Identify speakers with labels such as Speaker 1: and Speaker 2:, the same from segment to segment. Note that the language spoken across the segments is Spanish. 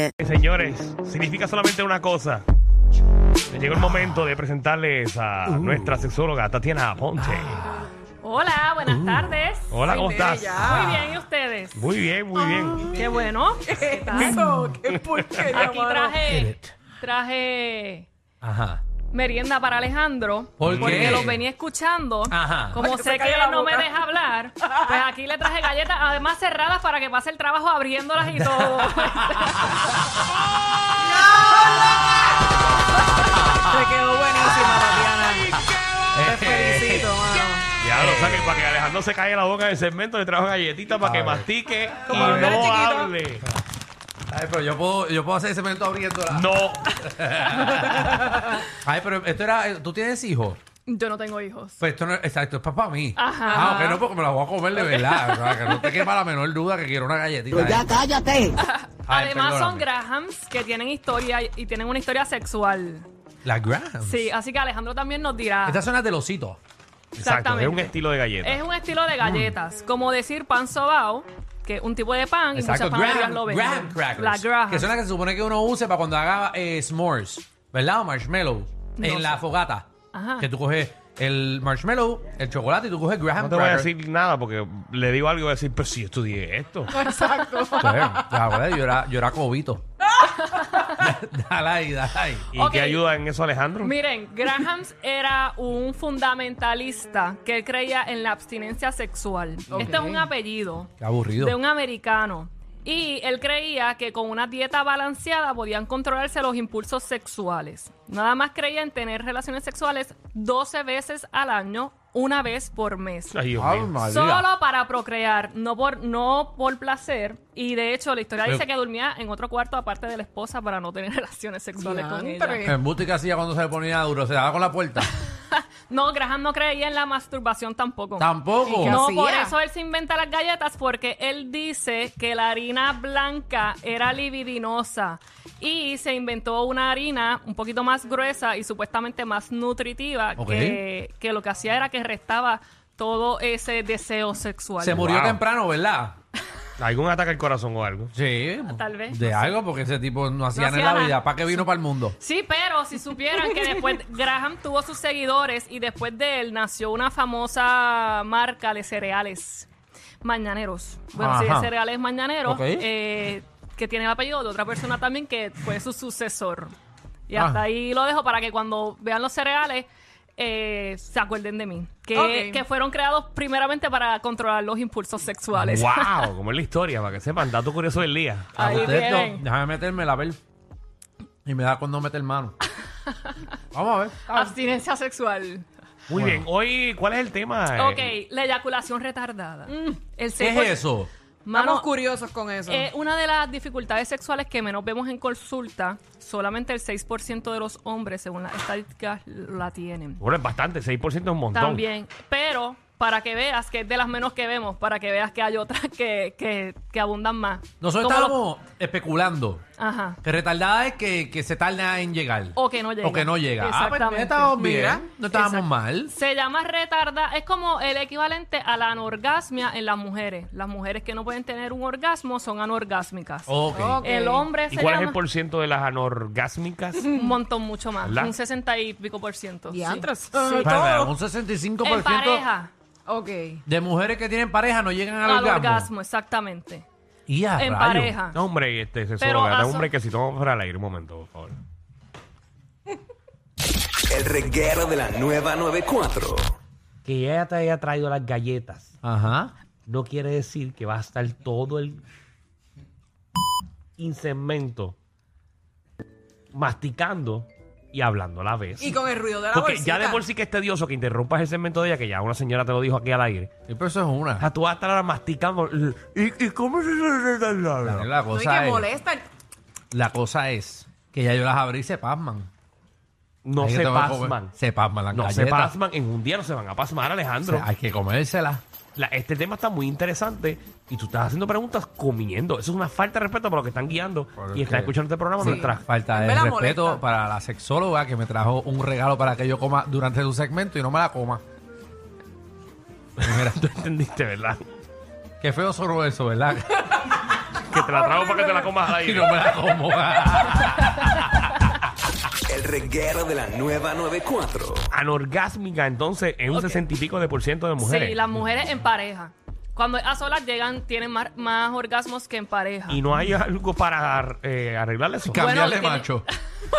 Speaker 1: Eh, Señores, significa solamente una cosa. Llegó el momento de presentarles a
Speaker 2: Uh.
Speaker 1: nuestra sexóloga Tatiana Ponte.
Speaker 2: Ah, Hola, buenas tardes.
Speaker 1: Hola, ¿cómo estás?
Speaker 2: Muy bien, ¿y ustedes?
Speaker 1: Muy bien, muy bien.
Speaker 2: Qué bueno. ¿Qué tal?
Speaker 3: ¡Qué porquería,
Speaker 2: Aquí traje, traje
Speaker 4: Ajá.
Speaker 2: merienda para Alejandro.
Speaker 4: ¿Por
Speaker 2: Porque
Speaker 4: qué?
Speaker 2: los venía escuchando.
Speaker 4: Ajá.
Speaker 2: Como sé que él no me deja hablar, pues aquí le traje galletas, además cerradas para que pase el trabajo abriéndolas y todo.
Speaker 3: Te quedó buenísima, Tatiana.
Speaker 2: Ah,
Speaker 3: Te felicito, mano.
Speaker 1: Eh, Ya lo saben, para que Alejandro se caiga la boca en el segmento, le trajo galletitas para que mastique y
Speaker 3: cuando eres
Speaker 1: no
Speaker 3: chiquito.
Speaker 1: hable.
Speaker 4: Ay, pero yo puedo, yo puedo hacer ese momento abriéndola.
Speaker 1: No.
Speaker 4: Ay, pero esto era. eh, ¿Tú tienes hijos?
Speaker 2: Yo no tengo hijos.
Speaker 4: Pues esto no, exacto, es para mí.
Speaker 2: Ajá.
Speaker 4: Ah, ok, no, porque me la voy a comer de verdad. O sea, que no te quepa la menor duda que quiero una galletita.
Speaker 5: Ya
Speaker 4: Ay,
Speaker 5: cállate.
Speaker 4: Ah,
Speaker 2: Además son
Speaker 4: perdóname.
Speaker 2: Grahams que tienen historia y y tienen una historia sexual.
Speaker 4: Las Grahams.
Speaker 2: Sí, así que Alejandro también nos dirá.
Speaker 4: Estas son las de losito.
Speaker 1: Exacto, es un
Speaker 2: Exactamente.
Speaker 1: estilo de
Speaker 2: Es
Speaker 1: galleta.
Speaker 2: un estilo de galletas, como decir pan sobao, que es un tipo de pan y
Speaker 4: Exacto,
Speaker 2: muchas panaderías
Speaker 4: graham,
Speaker 2: lo venden.
Speaker 4: graham crackers.
Speaker 2: Las graham.
Speaker 4: Que son las que se supone que uno use para cuando haga eh, s'mores, ¿verdad? O marshmallow.
Speaker 2: No
Speaker 4: en
Speaker 2: sé.
Speaker 4: la fogata.
Speaker 2: Ajá.
Speaker 4: Que tú coges el marshmallow, el chocolate y tú coges graham
Speaker 1: No te voy a
Speaker 4: crackers.
Speaker 1: decir nada porque le digo algo y voy a decir, pero si yo estudié esto.
Speaker 4: Sí, la verdad, pues, yo era, yo era cobito. dale ahí, dale ahí.
Speaker 1: ¿Y
Speaker 2: Ok.
Speaker 1: qué ayuda en eso, Alejandro?
Speaker 2: Miren, Grahams era un fundamentalista que él creía en la abstinencia sexual. Este es un apellido
Speaker 4: Qué aburrido.
Speaker 2: de un americano. Y él creía que con una dieta balanceada podían controlarse los impulsos sexuales. Nada más creía en tener relaciones sexuales 12 veces al año, una vez por mes.
Speaker 1: Ay, Dios
Speaker 4: Ave
Speaker 1: mío.
Speaker 4: María.
Speaker 2: Solo para procrear, no por, no por placer. Y de hecho, la historia
Speaker 4: Pero-
Speaker 2: dice que dormía en otro cuarto aparte de la esposa para no tener relaciones sexuales con ella.
Speaker 3: Diantre.
Speaker 4: En música hacía cuando se le ponía duro, se daba con la puerta.
Speaker 2: No, Graham no creía en la masturbación tampoco.
Speaker 4: Tampoco.
Speaker 3: ¿Y qué
Speaker 2: No,
Speaker 3: hacía?
Speaker 2: por eso él se inventa las galletas porque él dice que la harina blanca era libidinosa y se inventó una harina un poquito más gruesa y supuestamente más nutritiva
Speaker 4: Ok.
Speaker 2: que, que lo que hacía era que restaba todo ese deseo sexual.
Speaker 4: Se murió
Speaker 1: Wow.
Speaker 4: temprano, ¿verdad?
Speaker 1: ¿Algún ataque al corazón o algo?
Speaker 4: Sí.
Speaker 2: Tal vez,
Speaker 4: De
Speaker 2: no sé.
Speaker 4: algo, porque ese tipo no hacía nada en
Speaker 2: hacía
Speaker 4: la
Speaker 2: nada.
Speaker 4: vida. ¿Para qué vino para el mundo?
Speaker 2: Sí, pero si supieran que después Graham tuvo sus seguidores y después de él nació una famosa marca de cereales mañaneros. Bueno, sí,
Speaker 4: Ajá.
Speaker 2: de cereales mañaneros,
Speaker 4: Ok.
Speaker 2: eh, que tiene el apellido de otra persona también que fue su sucesor. Y hasta
Speaker 4: Ah.
Speaker 2: ahí lo dejo para que cuando vean los cereales eh, se acuerden de mí. Que,
Speaker 3: Ok.
Speaker 2: que fueron creados primeramente para controlar los impulsos sexuales.
Speaker 1: ¡Wow! Como es la historia, para que sepan, dato curioso del día.
Speaker 2: Ahí
Speaker 4: A usted,
Speaker 2: vienen.
Speaker 4: no, déjame meterme la ver. Y me da cuando meter mano. Vamos a ver.
Speaker 2: Abstinencia sexual.
Speaker 1: Muy bien, hoy, ¿cuál es el tema?
Speaker 2: Ok,
Speaker 1: Eh,
Speaker 2: la eyaculación retardada. El
Speaker 4: ¿Qué es
Speaker 2: 6%.
Speaker 4: eso?
Speaker 2: Mano,
Speaker 3: Estamos curiosos con eso.
Speaker 2: Eh, una de las dificultades sexuales que menos vemos en consulta, solamente el 6% de los hombres, según las estadísticas, la tienen.
Speaker 1: Bueno, es bastante, 6% es un montón.
Speaker 2: También, pero para que veas que es de las menos que vemos, para que veas que hay otras que, que, que abundan más.
Speaker 4: Nosotros
Speaker 2: Como los-
Speaker 4: estábamos especulando.
Speaker 2: Ajá.
Speaker 4: Que retardada es que, que se tarda en llegar.
Speaker 2: O que no llega.
Speaker 4: O que no llega. Ah, pues,
Speaker 2: Exactamente.
Speaker 4: estábamos bien.
Speaker 3: Mira,
Speaker 4: no estábamos
Speaker 2: exacto.
Speaker 4: mal.
Speaker 2: Se llama retarda, es como el equivalente a la anorgasmia en las mujeres. Las mujeres que no pueden tener un orgasmo son anorgásmicas.
Speaker 4: Ok.
Speaker 3: Ok.
Speaker 2: El hombre
Speaker 1: ¿Y
Speaker 2: se
Speaker 1: cuál es el
Speaker 2: llama-
Speaker 1: por ciento de las anorgásmicas?
Speaker 2: un montón mucho más,
Speaker 1: ¿Verdad?
Speaker 2: un 60 y pico por ciento. sí.
Speaker 3: Diantre, sí,
Speaker 4: Espera, espera,
Speaker 3: todo.
Speaker 4: un 65%
Speaker 2: En pareja,
Speaker 3: Ok.
Speaker 4: de mujeres que tienen pareja no llegan al,
Speaker 2: al
Speaker 4: orgasmo.
Speaker 2: orgasmo, exactamente.
Speaker 4: Y a
Speaker 2: en
Speaker 4: rayos.
Speaker 2: pareja.
Speaker 1: No, hombre, este se
Speaker 2: Pero
Speaker 1: solo
Speaker 2: a
Speaker 1: gana.
Speaker 2: so-
Speaker 1: hombre que si tomamos fuera al aire un momento, por favor.
Speaker 5: El reguero de la nueva 94.
Speaker 6: Que ella te haya traído las galletas
Speaker 4: Ajá.
Speaker 6: no quiere decir que va a estar todo el insegmento masticando y hablando a la vez.
Speaker 3: Y con el ruido de la
Speaker 1: Porque
Speaker 3: bolsita.
Speaker 1: ya de por sí que es tedioso que interrumpas el segmento de ella, que ya una señora te lo dijo aquí al aire.
Speaker 4: Sí, pero eso es una.
Speaker 1: O sea, tú vas a estar ahora masticando. ¿Y, y cómo se
Speaker 4: Daniel, La
Speaker 3: No, y
Speaker 4: cosa,
Speaker 3: que
Speaker 4: es,
Speaker 3: molesta.
Speaker 4: la cosa es que ya yo las abrí y se pasman.
Speaker 1: No
Speaker 4: Hay que
Speaker 1: se
Speaker 4: tomar-
Speaker 1: pasman.
Speaker 4: Se pasman las
Speaker 1: No se
Speaker 4: galletas.
Speaker 1: pasman. En un día no se van a pasmar,
Speaker 4: O
Speaker 1: Alejandro.
Speaker 4: sea, hay que comérselas.
Speaker 1: La- este tema está muy interesante y tú estás haciendo preguntas comiendo. Eso es una falta de respeto para los que están guiando
Speaker 4: Por
Speaker 1: y están
Speaker 4: que-
Speaker 1: escuchando este programa mientras.
Speaker 4: Falta
Speaker 3: Me
Speaker 4: de
Speaker 3: la
Speaker 4: respeto
Speaker 3: molesta.
Speaker 4: para la sexóloga que me trajo un regalo para que yo coma durante su segmento y no me la coma. Mira,
Speaker 1: Tú entendiste, ¿verdad?
Speaker 4: qué feo sonó eso, ¿verdad?
Speaker 1: Que te la trago para que te la comas al
Speaker 4: Y
Speaker 1: aire.
Speaker 4: no me la como.
Speaker 5: El reguero de la nueva 94.
Speaker 1: Anorgásmica, entonces, es un sesenta y pico de por ciento de mujeres.
Speaker 2: Sí, las mujeres en pareja. Cuando a solas llegan, tienen más, más orgasmos que en pareja.
Speaker 1: Y no hay algo para eh, arreglar eso.
Speaker 4: Cambiarle
Speaker 2: tiene-
Speaker 4: macho.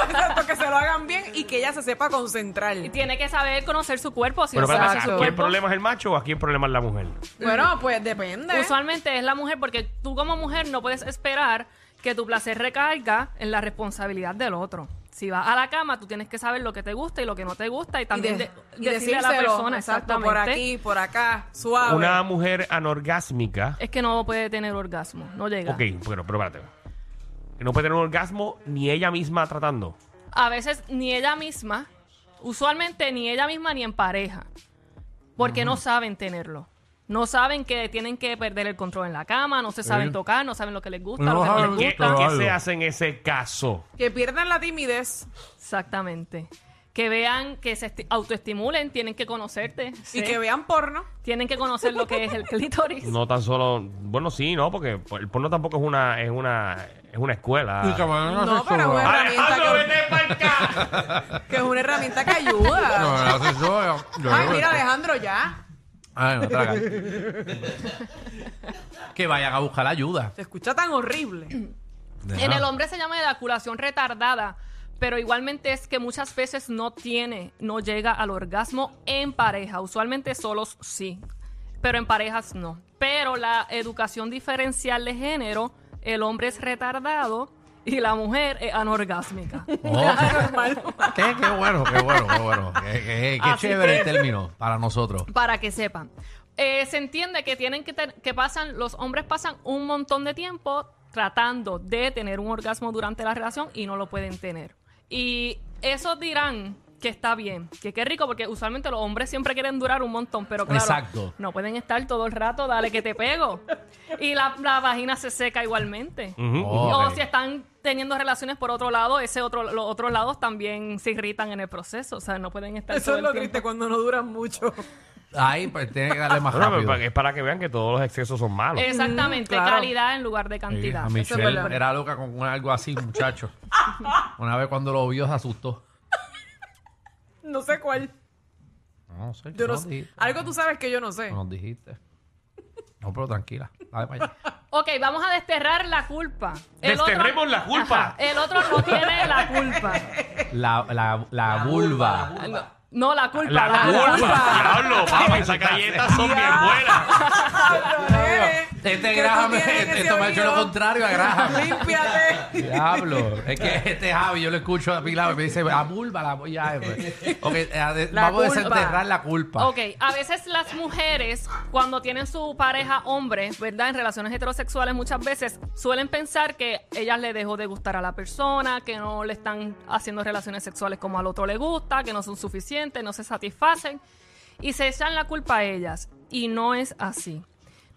Speaker 3: Exacto, que se lo hagan bien y que ella se sepa concentrar.
Speaker 2: Y tiene que saber conocer su cuerpo. Si
Speaker 1: Pero
Speaker 2: no
Speaker 1: espérate,
Speaker 2: conoce su
Speaker 3: exacto.
Speaker 1: ¿aquí el
Speaker 2: cuerpo,
Speaker 1: problema es el macho o aquí el problema es la mujer?
Speaker 3: Bueno, pues depende.
Speaker 2: usualmente es la mujer, porque tú como mujer no puedes esperar que tu placer recarga en la responsabilidad del otro. Si vas a la cama, tú tienes que saber lo que te gusta y lo que no te gusta y
Speaker 3: Y, de-
Speaker 2: también de-
Speaker 3: y
Speaker 2: decirle a la
Speaker 3: decírselo,
Speaker 2: persona
Speaker 3: exacto,
Speaker 2: exactamente.
Speaker 3: por aquí, por acá, suave.
Speaker 1: Una mujer anorgásmica.
Speaker 2: Es que no puede tener orgasmo, no llega.
Speaker 1: Ok, bueno, pero espérate. Que no puede tener un orgasmo ni ella misma tratando.
Speaker 2: a veces ni ella misma, usualmente ni ella misma ni en pareja, porque no saben tenerlo. No saben que tienen que perder el control en la cama, no se saben
Speaker 4: Sí.
Speaker 2: tocar, no saben lo que les gusta,
Speaker 4: No
Speaker 2: lo que no
Speaker 4: saben
Speaker 2: les
Speaker 4: Me
Speaker 1: ¿Qué,
Speaker 2: Ah, gusta.
Speaker 4: gusta
Speaker 1: qué
Speaker 4: algo.
Speaker 1: se hace en ese caso?
Speaker 3: Que pierdan la timidez
Speaker 2: Exactamente. Que vean, que se esti- autoestimulen, tienen que conocerte. sí.
Speaker 3: y que vean porno.
Speaker 2: Tienen que conocer lo que es el clítoris.
Speaker 1: No tan solo. Bueno, sí, no, porque el porno tampoco es una, es una, es una
Speaker 4: Y
Speaker 1: escuela.
Speaker 4: camarón
Speaker 3: No,
Speaker 4: sexóloga.
Speaker 3: pero bueno.
Speaker 1: Alejandro,
Speaker 3: herramienta
Speaker 1: vete para acá.
Speaker 3: Que es una herramienta que
Speaker 4: No,
Speaker 3: ayuda.
Speaker 4: la sexóloga, yo
Speaker 3: Ay,
Speaker 4: creo que-
Speaker 3: mira, Alejandro, ya.
Speaker 4: Ay, no, traga. que vayan a buscar ayuda. Oh,
Speaker 3: Se escucha tan horrible.
Speaker 2: En el hombre se llama eyaculación retardada, pero igualmente es que muchas veces no tiene, no llega al orgasmo en pareja. Usualmente solos sí, pero en parejas no. Pero la educación diferencial de género, el hombre es retardado y la mujer es anorgásmica.
Speaker 4: Oh, qué, qué bueno, qué bueno, qué bueno. Qué, qué- qué
Speaker 2: Así
Speaker 4: chévere el
Speaker 2: que-
Speaker 4: término para nosotros.
Speaker 2: Para que sepan. Eh, se entiende que tienen que, ten- que pasan, los hombres pasan un montón de tiempo tratando de tener un orgasmo durante la relación y no lo pueden tener. Y eso dirán que está bien, que qué rico, porque usualmente los hombres siempre quieren durar un montón, pero claro,
Speaker 4: Exacto.
Speaker 2: no pueden estar todo el rato, dale que te pego. Y la, la vagina se seca igualmente.
Speaker 1: Ujú.
Speaker 4: Oh,
Speaker 2: O
Speaker 4: ok.
Speaker 2: si están teniendo relaciones por otro lado, ese otro, los otros lados también se irritan en el proceso, o sea, no pueden estar todo
Speaker 3: Eso es
Speaker 2: el
Speaker 3: lo
Speaker 2: tiempo.
Speaker 3: triste cuando no duran mucho.
Speaker 4: Ahí pues, tiene que darle más
Speaker 1: Bueno, pero
Speaker 4: rápido.
Speaker 1: para que- es para que vean que todos los excesos son malos.
Speaker 2: Exactamente,
Speaker 3: Mm, claro.
Speaker 2: calidad en lugar de
Speaker 4: Sí,
Speaker 2: cantidad.
Speaker 4: a
Speaker 2: Eso es
Speaker 4: Michelle
Speaker 2: verdad.
Speaker 4: era loca con un- algo así, muchacho. Una vez cuando lo vio se asustó.
Speaker 3: No sé cuál.
Speaker 4: No sé,
Speaker 3: Yo no
Speaker 4: no nos
Speaker 3: sé.
Speaker 4: dijiste.
Speaker 3: Algo tú sabes que yo no sé.
Speaker 4: No nos dijiste. No, pero tranquila. Dale para allá.
Speaker 2: Ok, vamos a desterrar la culpa.
Speaker 1: Desterremos la culpa.
Speaker 2: Ajá, el otro no tiene la culpa.
Speaker 4: La, la, la, vulva.
Speaker 2: No, la culpa.
Speaker 1: La
Speaker 2: la-
Speaker 1: culpa. Diablo, papá, esas galletas son bien buenas.
Speaker 3: Nene,
Speaker 4: Este
Speaker 3: ¿qué tú
Speaker 4: Graham,
Speaker 3: tienes que
Speaker 4: este-
Speaker 3: se
Speaker 4: esto me ha hecho lo
Speaker 3: olvidó?
Speaker 4: contrario a Graham.
Speaker 3: Límpiate.
Speaker 4: Diablo. Es que este Javi, yo lo escucho apilado y me dice, la vulva, la ya, pues. Ok, eh, de-
Speaker 3: La
Speaker 4: vamos a
Speaker 3: vulva.
Speaker 4: desenterrar la culpa.
Speaker 2: Ok, a veces las mujeres, cuando tienen su pareja hombre, ¿verdad? En relaciones heterosexuales, muchas veces suelen pensar que ellas le dejó de gustar a la persona, que no le están haciendo relaciones sexuales como al otro le gusta, que no son suficientes, no se satisfacen y se echan la culpa a ellas. Y no es así.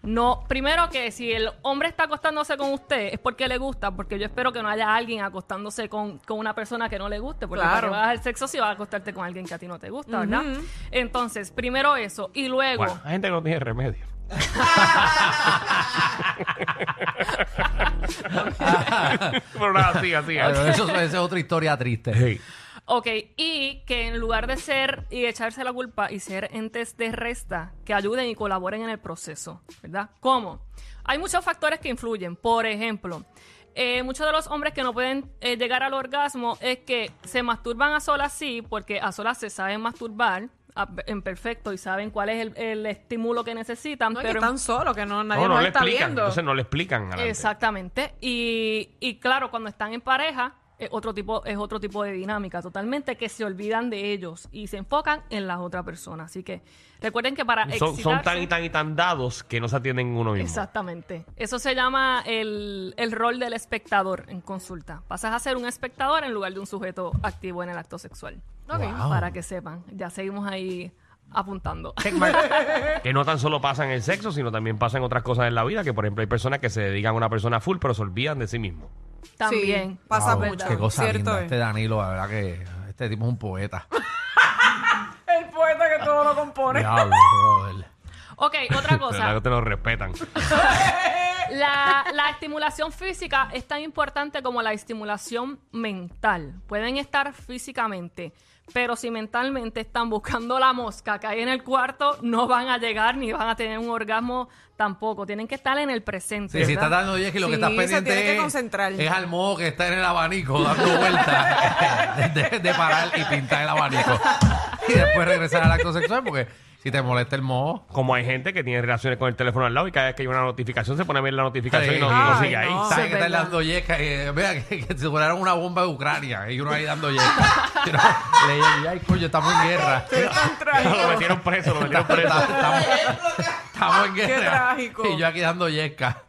Speaker 2: No, primero que si el hombre está acostándose con usted es porque le gusta, porque yo espero que no haya alguien acostándose con, con una persona que no le guste, porque
Speaker 3: Claro.
Speaker 2: para qué vas a dar sexo si vas a acostarte con alguien que a ti no te gusta, ¿verdad? Entonces, primero eso, y luego,
Speaker 1: Bueno, hay gente que no tiene remedio. Pero nada, siga, siga.
Speaker 4: Pero eso, esa es otra historia triste.
Speaker 1: Sí.
Speaker 2: ok, y que en lugar de ser y echarse la culpa y ser entes de resta, que ayuden y colaboren en el proceso, ¿verdad? ¿Cómo? Hay muchos factores que influyen, por ejemplo, Eh, muchos de los hombres que no pueden eh, llegar al orgasmo es que se masturban a solas sí, porque a solas se saben masturbar a- en perfecto y saben cuál es el, el estímulo que necesitan.
Speaker 3: No, es que
Speaker 2: pero
Speaker 3: están solos, que no, nadie
Speaker 1: No, no
Speaker 3: nos
Speaker 1: le
Speaker 3: está
Speaker 1: explican.
Speaker 3: viendo.
Speaker 1: Entonces no le explican. adelante.
Speaker 2: Exactamente. Y, y claro, cuando están en pareja, es otro, tipo, es otro tipo de dinámica totalmente que se olvidan de ellos y se enfocan en la otra persona. Así que recuerden que para
Speaker 1: Son, son tan y
Speaker 2: excitarse-
Speaker 1: tan y tan dados que no se atienden uno mismo.
Speaker 2: Exactamente. Eso se llama el, el rol del espectador en consulta. Pasas a ser un espectador en lugar de un sujeto activo en el acto sexual.
Speaker 4: Wow.
Speaker 2: Para que sepan. Ya seguimos ahí apuntando.
Speaker 1: que no tan solo pasan el sexo, sino también pasan otras cosas en la vida, que por ejemplo hay personas que se dedican a una persona full, pero se olvidan de sí mismo.
Speaker 2: También.
Speaker 3: pasa
Speaker 4: Wow,
Speaker 3: mucho.
Speaker 4: Qué cosa
Speaker 3: Cierto
Speaker 4: linda.
Speaker 3: es.
Speaker 4: Este Danilo, la verdad que este tipo es un poeta.
Speaker 3: El poeta que todo lo compone.
Speaker 4: Diablo, brother.
Speaker 2: Ok, otra
Speaker 1: De verdad
Speaker 2: cosa.
Speaker 1: que te lo respetan.
Speaker 2: La, la estimulación física es tan importante como la estimulación mental. Pueden estar físicamente, pero si mentalmente están buscando la mosca que hay en el cuarto, no van a llegar ni van a tener un orgasmo tampoco. Tienen que estar en el presente.
Speaker 4: Sí, si
Speaker 2: ¿verdad?
Speaker 4: estás dando 10 que lo que
Speaker 3: Sí,
Speaker 4: estás
Speaker 3: se
Speaker 4: pendiente
Speaker 3: tiene que
Speaker 4: es-
Speaker 3: concentrar.
Speaker 4: es al modo que está en el abanico dando vueltas de, de parar y pintar el abanico. Y después regresar al acto sexual porque si te molesta el moho,
Speaker 1: Como hay gente que tiene relaciones con el teléfono al lado y cada vez que hay una notificación se pone a ver la notificación y no,
Speaker 4: Sí.
Speaker 1: no
Speaker 3: Ay,
Speaker 1: sigue ahí.
Speaker 3: no.
Speaker 4: sabes
Speaker 2: es
Speaker 4: que estás
Speaker 2: verdad.
Speaker 4: dando yesca y eh, vea que, que se volaron una bomba de Ucrania y uno ahí dando yesca. Y uno- le digo, ay, coño, estamos en guerra.
Speaker 3: Qué tan
Speaker 1: Lo
Speaker 3: trágico.
Speaker 1: metieron preso, lo metieron
Speaker 4: Estamos,
Speaker 1: preso.
Speaker 4: estamos en guerra.
Speaker 3: trágico.
Speaker 4: Y yo aquí dando yesca.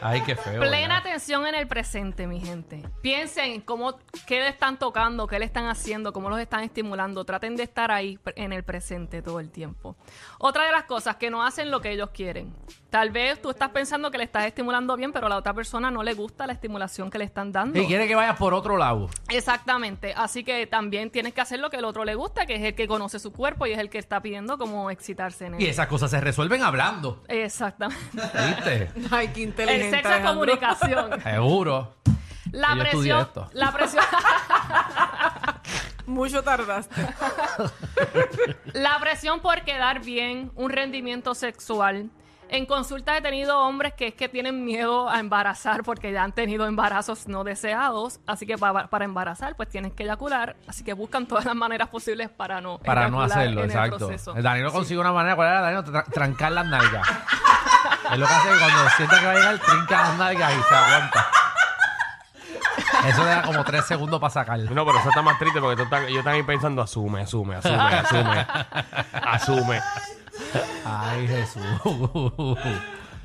Speaker 4: Ay, qué feo.
Speaker 2: Plena
Speaker 4: ¿verdad?
Speaker 2: atención en el presente, mi gente. Piensen cómo, qué le están tocando, qué le están haciendo, cómo los están estimulando. Traten de estar ahí pre- en el presente todo el tiempo. Otra de las cosas, que no hacen lo que ellos quieren. Tal vez tú estás pensando que le estás estimulando bien, pero a la otra persona no le gusta la estimulación que le están dando.
Speaker 4: Y quiere que vayas por otro lado.
Speaker 2: Exactamente. Así que también tienes que hacer lo que el otro le gusta, que es el que conoce su cuerpo y es el que está pidiendo cómo excitarse en
Speaker 4: Y
Speaker 2: él.
Speaker 4: esas cosas se resuelven hablando.
Speaker 2: Exactamente.
Speaker 4: ¿Viste?
Speaker 3: Ay, qué
Speaker 2: El
Speaker 3: inteligente.
Speaker 2: sexo es
Speaker 3: Alejandro.
Speaker 2: comunicación.
Speaker 4: Seguro.
Speaker 2: La
Speaker 4: Yo estudié
Speaker 2: presión,
Speaker 4: esto.
Speaker 2: la presión,
Speaker 3: Mucho tardaste.
Speaker 2: la presión por quedar bien, un rendimiento sexual. En consulta he tenido hombres que es que tienen miedo a embarazar porque ya han tenido embarazos no deseados, así que pa- para, embarazar pues tienes que eyacular, así que buscan todas las maneras posibles para no
Speaker 4: Para no
Speaker 2: eyacular
Speaker 4: hacerlo,
Speaker 2: en el
Speaker 4: exacto.
Speaker 2: proceso.
Speaker 4: El Danilo consigue una manera, ¿cuál era, Danilo? Tra- trancar las nalgas. es lo que hace que cuando sienta que va a llegar, trinca las nalgas y se aguanta. Eso le da como tres segundos para sacarlo.
Speaker 1: No, pero eso está más triste porque tú estás- yo están ahí pensando, asume, asume, asume, asume, asume.
Speaker 4: Ay, Jesús.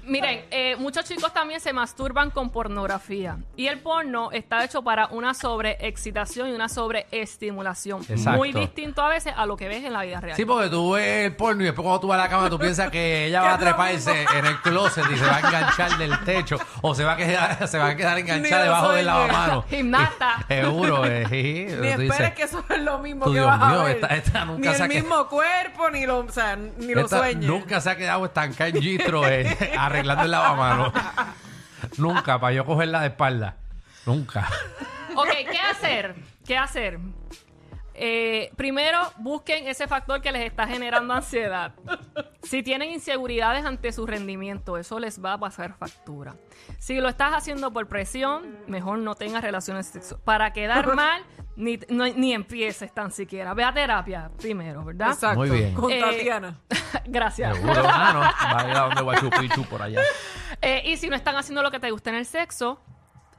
Speaker 2: Miren, eh, muchos chicos también se masturban con pornografía y el porno está hecho para una sobreexcitación y una sobreestimulación,
Speaker 4: Exacto.
Speaker 2: muy distinto a veces a lo que ves en la vida real.
Speaker 4: Sí, porque tú ves el porno y después cuando tú vas a la cama tú piensas que ella va a
Speaker 3: Que es lo
Speaker 4: treparse en el closet y se va a enganchar del techo o se va a quedar, se va a quedar enganchada
Speaker 3: Ni lo
Speaker 4: debajo
Speaker 3: soñé.
Speaker 4: del lavamanos.
Speaker 2: Gimnasta.
Speaker 4: Seguro, eh, sí,
Speaker 3: Ni
Speaker 4: tú
Speaker 3: esperes
Speaker 4: dices.
Speaker 3: que eso es lo mismo
Speaker 4: Tú,
Speaker 3: que
Speaker 4: Dios
Speaker 3: vas
Speaker 4: mío,
Speaker 3: a ver.
Speaker 4: esta- esta nunca
Speaker 3: ni el
Speaker 4: saque-
Speaker 3: mismo cuerpo, ni lo, o sea, ni lo
Speaker 4: Esta
Speaker 3: sueñes.
Speaker 4: Nunca se ha quedado estancada en Gistro eh, arreglando el lavamanos. nunca, para yo cogerla de espalda. Nunca.
Speaker 2: Ok, ¿qué hacer? ¿Qué hacer? Eh, primero, busquen ese factor que les está generando ansiedad. Si tienen inseguridades ante su rendimiento, eso les va a pasar factura. Si lo estás haciendo por presión, mejor no tengas relaciones sexuales. Para quedar mal, ni, no- ni empieces tan siquiera. Ve a terapia primero, ¿verdad?
Speaker 3: Exacto.
Speaker 4: Muy bien.
Speaker 3: Con
Speaker 2: Eh,
Speaker 3: Tatiana.
Speaker 2: Gracias.
Speaker 4: Seguro, hermano. Ah, Va a ir a donde Guachupichu por allá.
Speaker 2: Eh, y si no están haciendo lo que te gusta en el sexo,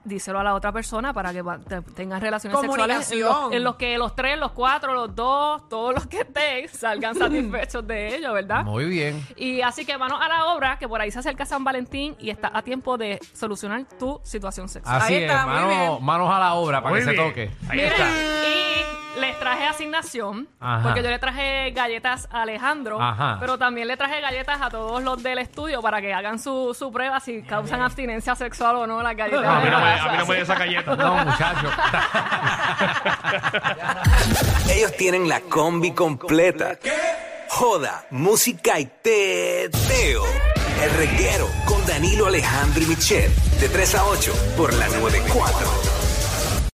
Speaker 2: díselo a la otra persona para que va- te- tengan relaciones sexuales en los,
Speaker 3: Comunicación.
Speaker 2: en los que los tres, los cuatro, los dos, todos los que estén salgan satisfechos de ello, ¿verdad?
Speaker 4: Muy bien.
Speaker 2: Y así que manos a la obra, que por ahí se acerca San Valentín y está a tiempo de solucionar tu situación sexual.
Speaker 1: Ah.
Speaker 4: Así
Speaker 3: Ahí
Speaker 4: es,
Speaker 3: está, muy
Speaker 4: mano-
Speaker 3: bien.
Speaker 4: manos a la obra para
Speaker 1: Muy
Speaker 4: que se
Speaker 1: bien.
Speaker 4: toque.
Speaker 1: Ahí
Speaker 2: Miren,
Speaker 1: está.
Speaker 2: y les traje asignación,
Speaker 4: Ajá.
Speaker 2: porque yo le traje galletas a Alejandro,
Speaker 4: Ajá.
Speaker 2: pero también le traje galletas a todos los del estudio para que hagan su, su prueba si causan abstinencia sexual o no las galletas.
Speaker 1: No, a mí no me,
Speaker 2: Así
Speaker 1: a mí no me dé esa galleta.
Speaker 4: No, muchachos.
Speaker 5: Ellos tienen la combi completa. Joda, música y teo. El reguero con Danilo Alejandro y Michel. De 3 a 8 por la 94.